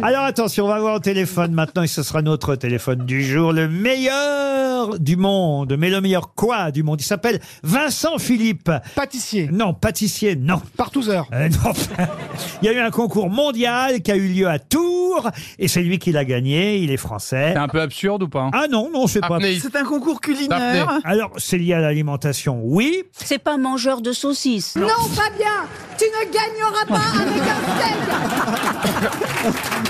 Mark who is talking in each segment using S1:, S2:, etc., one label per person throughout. S1: Alors attention, on va voir au téléphone maintenant et ce sera notre téléphone du jour. Le meilleur du monde, mais le meilleur quoi du monde Il s'appelle Vincent Philippe.
S2: Pâtissier,
S1: Non, pâtissier, non.
S2: partouzeur.
S1: Euh, non. Il y a eu un concours mondial qui a eu lieu à Tours et c'est lui qui l'a gagné, il est français.
S3: C'est un peu absurde ou pas hein
S1: Ah non, non, c'est pas...
S3: Apnée.
S4: C'est un concours culinaire.
S1: Alors, c'est lié à l'alimentation, oui.
S5: C'est pas mangeur de saucisses.
S6: Non, Fabien, tu ne gagneras pas avec un steak.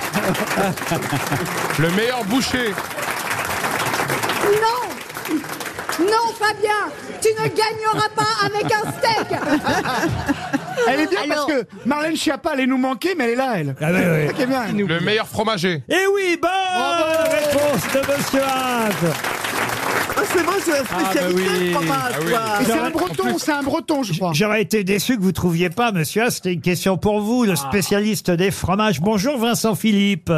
S3: Le meilleur boucher.
S6: Non, non, Fabien, tu ne gagneras pas avec un steak.
S2: Elle est bien parce
S5: Alors-
S2: que Marlène Schiappa allait nous manquer, mais elle est là, elle.
S1: Ah, oui, oui.
S2: Ça qui est bien. elle nous-
S7: Le meilleur fromager.
S1: Et oui, bonne
S2: Bravo
S1: réponse de Monsieur Haas.
S4: Ah, c'est vrai, c'est la
S3: bah
S4: spécialité,
S3: oui.
S4: le fromage,
S7: Ah oui.
S4: quoi.
S2: Et c'est
S1: En
S2: un breton, c'est un breton, je crois. Ah,
S1: J'aurais été déçu que vous trouviez pas, monsieur. Haas. C'était une question pour vous, le spécialiste des fromages. Bonjour Vincent Philippe,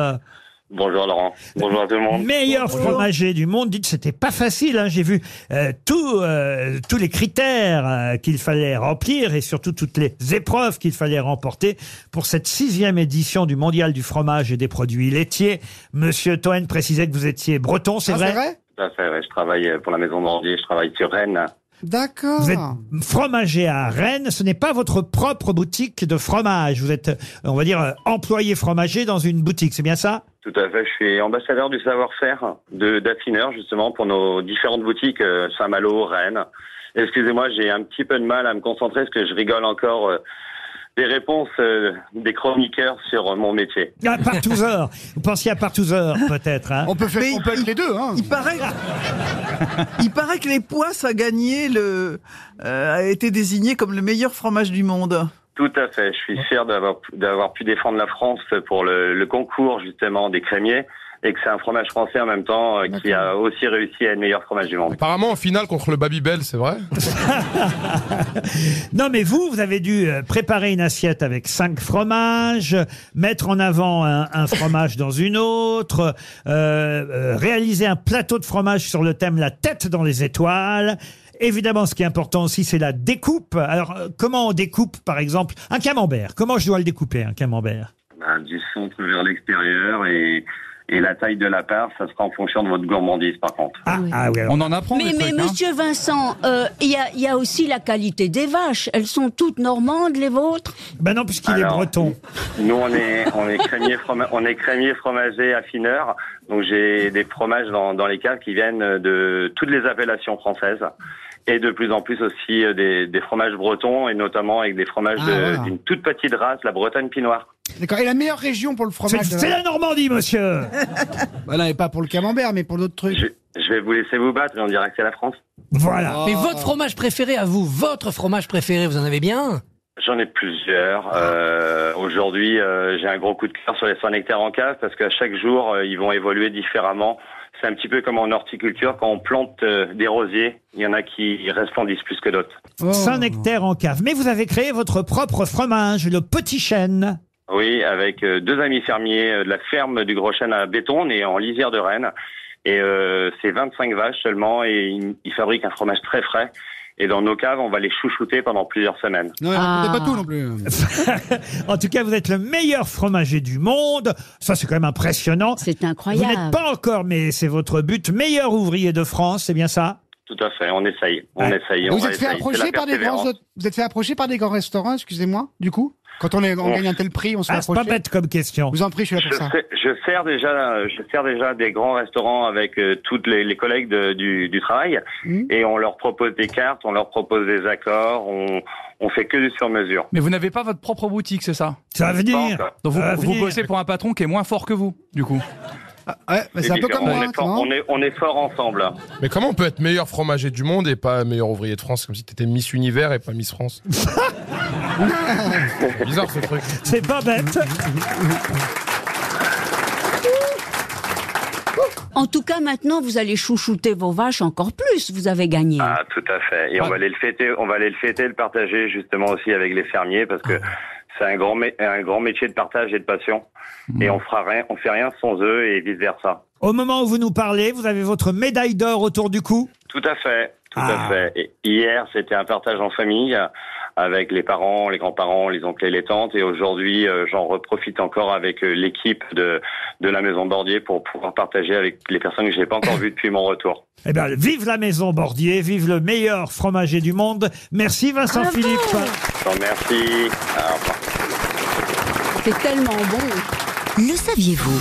S8: Bonjour Laurent. Bonjour à tout le monde.
S1: meilleur fromager du monde. Dites, c'était pas facile. hein. J'ai vu euh, tout, euh, tous les critères euh, qu'il fallait remplir et surtout toutes les épreuves qu'il fallait remporter pour cette sixième édition du mondial du fromage et des produits laitiers. Monsieur Toen précisait que vous étiez breton, c'est
S2: Ah,
S1: vrai.
S8: Tout à fait, ouais, je travaille euh, pour la maison d'Ordier, je travaille sur Rennes.
S2: D'accord.
S1: Vous êtes fromager à Rennes, ce n'est pas votre propre boutique de fromage. Vous êtes, euh, on va dire, euh, employé fromager dans une boutique, c'est bien ça
S8: Tout à fait, je suis ambassadeur du savoir-faire de d'affineur justement pour nos différentes boutiques euh, Saint-Malo, Rennes. Excusez-moi, j'ai un petit peu de mal à me concentrer parce que je rigole encore euh, des réponses euh, des chroniqueurs sur euh, mon métier.
S1: À Partouzeur. Vous pensiez à Partouzeur, peut-être. hein
S2: On peut, faire,
S4: Mais
S2: on peut être
S4: il-
S2: les deux, hein.
S4: Il paraît, il paraît que les poisses a gagné le, euh, a été désigné comme le meilleur fromage du monde.
S8: Tout à fait, je suis fier d'avoir pu- d'avoir pu défendre la France pour le, le concours justement des crémiers et que c'est un fromage français en même temps euh, qui a aussi réussi à être meilleur fromage du monde.
S7: Apparemment, en finale contre le Babybel, c'est vrai
S1: Non, mais vous, vous avez dû euh, préparer une assiette avec cinq fromages, mettre en avant un, un fromage dans une autre, euh, euh, réaliser un plateau de fromage sur le thème La tête dans les étoiles. Évidemment, ce qui est important aussi, c'est la découpe. Alors, euh, comment on découpe, par exemple, un camembert Comment je dois le découper, un camembert
S8: Ben, du centre vers l'extérieur et, et la taille de la part, ça sera en fonction de votre gourmandise par contre.
S1: ah, ah oui, alors.
S3: On en apprend
S5: Mais,
S3: des
S5: mais
S3: trucs, hein.
S5: monsieur Vincent, euh, il y, a, il y a aussi la qualité des vaches. Elles sont toutes normandes, les vôtres
S1: Ben non, puisqu'il est
S8: Alors.
S1: breton.
S8: Nous on est on est crémier froma- on est crémier fromager affineur, donc j'ai des fromages dans, dans les caves qui viennent de toutes les appellations françaises et de plus en plus aussi euh, des, des fromages bretons et notamment avec des fromages
S2: Ah,
S8: de-
S2: voilà.
S8: d'une toute petite race, la Bretagne pinoire.
S2: D'accord. Et la meilleure région pour le
S1: C'est
S2: fromage.
S1: c'est la Normandie, monsieur
S2: Bah, non, et pas pour le camembert, mais pour d'autres trucs.
S8: Je, je vais vous laisser vous battre et on dira que c'est la France.
S1: Voilà.
S2: Oh.
S9: Mais
S7: Ah.
S9: votre fromage préféré à vous, votre fromage préféré, vous en avez bien un
S8: J'en ai
S2: Ah.
S8: plusieurs. Euh, Aujourd'hui, euh, j'ai un gros coup de cœur sur les soins nectaires en cave parce qu'à chaque jour, euh, ils vont évoluer différemment. C'est un petit peu comme en horticulture, quand on plante euh, des rosiers, il y en a qui resplendissent plus que d'autres.
S2: Oh.
S1: Saint-Nectaire en cave. Mais vous avez créé votre propre fromage, le petit chêne.
S8: Oui, avec euh, deux amis fermiers euh, de la ferme du Gros Chêne à Béton, on est en lisière de Rennes. Et euh, c'est 25 vaches seulement et ils, ils fabriquent un fromage très frais. Et dans nos caves, on va les chouchouter pendant plusieurs semaines.
S2: Non,
S5: Ah.
S2: racontez pas tout non plus.
S1: En tout cas, vous êtes le meilleur fromager du monde. Ça, c'est quand même impressionnant.
S5: C'est
S1: Vous
S5: incroyable.
S1: n'êtes pas encore, mais c'est votre but, meilleur ouvrier de France, c'est bien ça
S8: Tout à fait, on essaye, on
S1: Ouais.
S8: essaye, on
S2: Vous
S8: va
S2: êtes fait
S8: essayer. C'est la
S2: approcher par des grands,
S8: persévérance.
S2: hôtes- vous êtes fait approcher par des grands restaurants, excusez-moi, du coup Quand on, est, on
S8: Bon.
S2: gagne un tel prix, on se fait
S1: Ah, c'est pas
S2: approcher.
S1: bête comme question.
S2: vous en prie, je suis là
S8: Je,
S2: pour ça.
S8: sers- je sers déjà, je sers déjà des grands restaurants avec euh, toutes les, les collègues de- du, du travail
S2: Mhm.
S8: et on leur propose des cartes, on leur propose des accords, on, on fait que du sur mesure.
S3: Mais vous n'avez pas votre propre boutique, c'est ça
S1: Ça va venir.
S8: Pas encore.
S3: Donc vous,
S1: Ça va
S3: vous
S1: venir.
S3: bossez pour un patron qui est moins fort que vous, du coup.
S2: Ouais, bah, c'est un Ah. peu comme
S8: différent.
S2: moi,
S8: on,
S2: hein,
S8: est fort,
S2: Clément.
S8: on, est, on est fort ensemble.
S7: Mais comment on peut être meilleur fromager du monde et pas meilleur ouvrier de France Comme si t'étais Miss Univers et pas Miss France. C'est bizarre ce truc.
S1: C'est pas bête.
S5: En tout cas, maintenant, vous allez chouchouter vos vaches encore plus. Vous avez gagné.
S8: Ah, tout à fait. Et on va aller le fêter, on va aller le fêter, le partager justement aussi avec les fermiers parce
S2: Ah.
S8: que c'est un grand, mé- un grand métier de partage et de passion.
S2: Mhm.
S8: Et on fera rien, on fait rien sans eux et vice versa.
S1: Au moment où vous nous parlez, vous avez votre médaille d'or autour du cou.
S8: Tout à fait, tout
S1: Ah.
S8: à fait. Et hier, c'était un partage en famille euh, avec les parents, les grands-parents, les oncles et les tantes. Et aujourd'hui, euh, j'en reprofite encore avec euh, l'équipe de, de la Maison Bordier pour pouvoir partager avec les personnes que je n'ai pas encore vues depuis mon retour.
S1: Eh bien, vive la maison Bordier, vive le meilleur fromager du monde. Merci Vincent
S10: Bravo
S1: Philippe.
S8: Je vous remercie. Au revoir.
S10: C'est tellement bon.
S5: Le saviez-vous